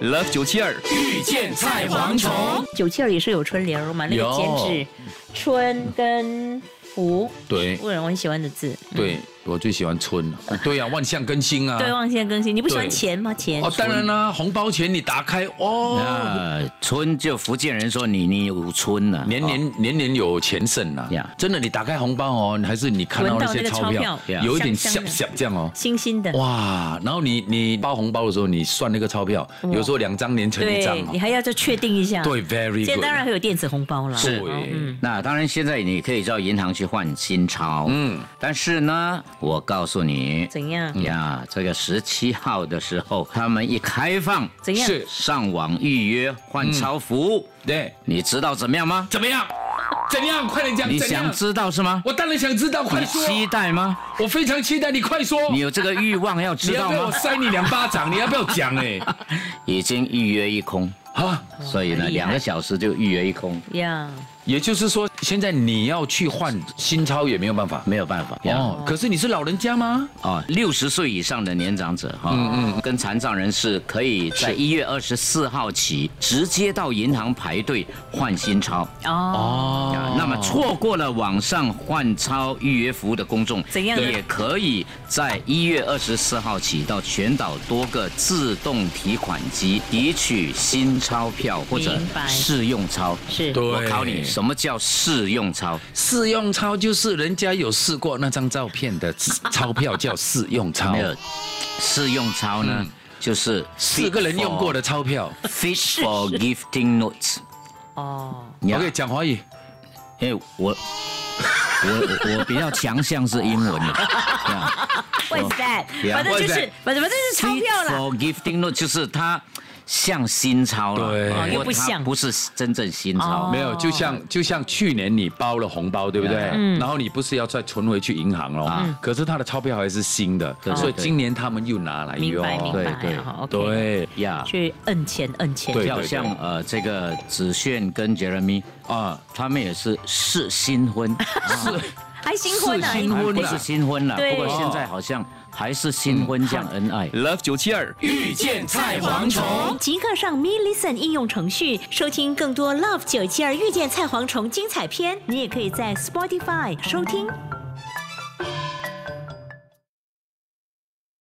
Love 九七二遇见菜蝗虫，九七二也是有春联儿嘛，那个有剪纸，春跟福，对我我很喜欢的字。嗯，对，我最喜欢春了。 对呀、啊，万象更新啊。对，望现更新。你不啊喜欢对钱吗？钱哦，当然啦、红包钱你打开哦，那村就福建人说你你有村呐、啊，年哦年年年有钱剩呐、呀真的，你打开红包哦，还是你看到那些闻到那个钞钞票票，呀有一点下香香的下这样哦。新新的，哇，然后你你包红包的时候，你算那个钞票，有时候两张连成一张对哦你。还要再确定一下。对，，very 现在 good。当然还有电子红包啦。是哦嗯，那当然，现在你可以到银行去换新钞，嗯嗯，但是呢，我告诉你怎样？嗯呀，这个十七号的时候，他们一开放怎样？是上网预约换钞服务，对，你知道怎么样吗？怎么样？怎样？快点讲，你怎样想？知道是吗？我当然想知道，快你说！期待吗？我非常期待你快说。你有这个欲望要你知要道不要我吗？塞你两巴掌？你要不要讲？哎，已经预约一空， 啊，所以厉呢，害两个小时就预约一空，呀，也就是说，现在你要去换新钞也没有办法。没有办法呀。哦，可是你是老人家吗？哦，六十岁以上的年长者哈，嗯嗯，跟残障人士可以在一月二十四号起直接到银行排队换新钞。啊哦，哦那么错过了网上换钞预约服务的公众，怎样呢也可以在一月二十四号起到全岛多个自动提款机提取新钞票或者明白试用钞。是。对我考你，什么叫试用钞？试用钞就是人家有试过那张照片的 钞票叫试用钞没，有，试用钞呢，就是四个人用过的钞票。 fit for gifting notes。哦，呀 OK，讲华语。哎、我我我我比较强项是英文的。呀 What's that？ Yeah. 反正就是 What's that？，反正反正就是钞票 Fit 啦。 For gifting note 就是它像新钞了，对哦不过又不它像不是真正新钞。哦没有，就像就像去年你包了红包，对不对？嗯啊然后你不是要再存回去银行咯？可是他的钞票还是新的，对所以对今年他们又拿来明用。白明对白，对好，OK。对呀，去摁钱摁钱。对比较像呃这个子炫跟 Jeremy，啊，他们也是试新婚，是还哎新婚啊呢是，新婚不啦是新婚了？对不过现在好像还是新婚这样恩爱。 Love 九七二遇见菜蝗虫，即刻上 Me Listen 应用程序收听更多 Love 九七二遇见菜蝗虫精彩片。你也可以在 Spotify 收听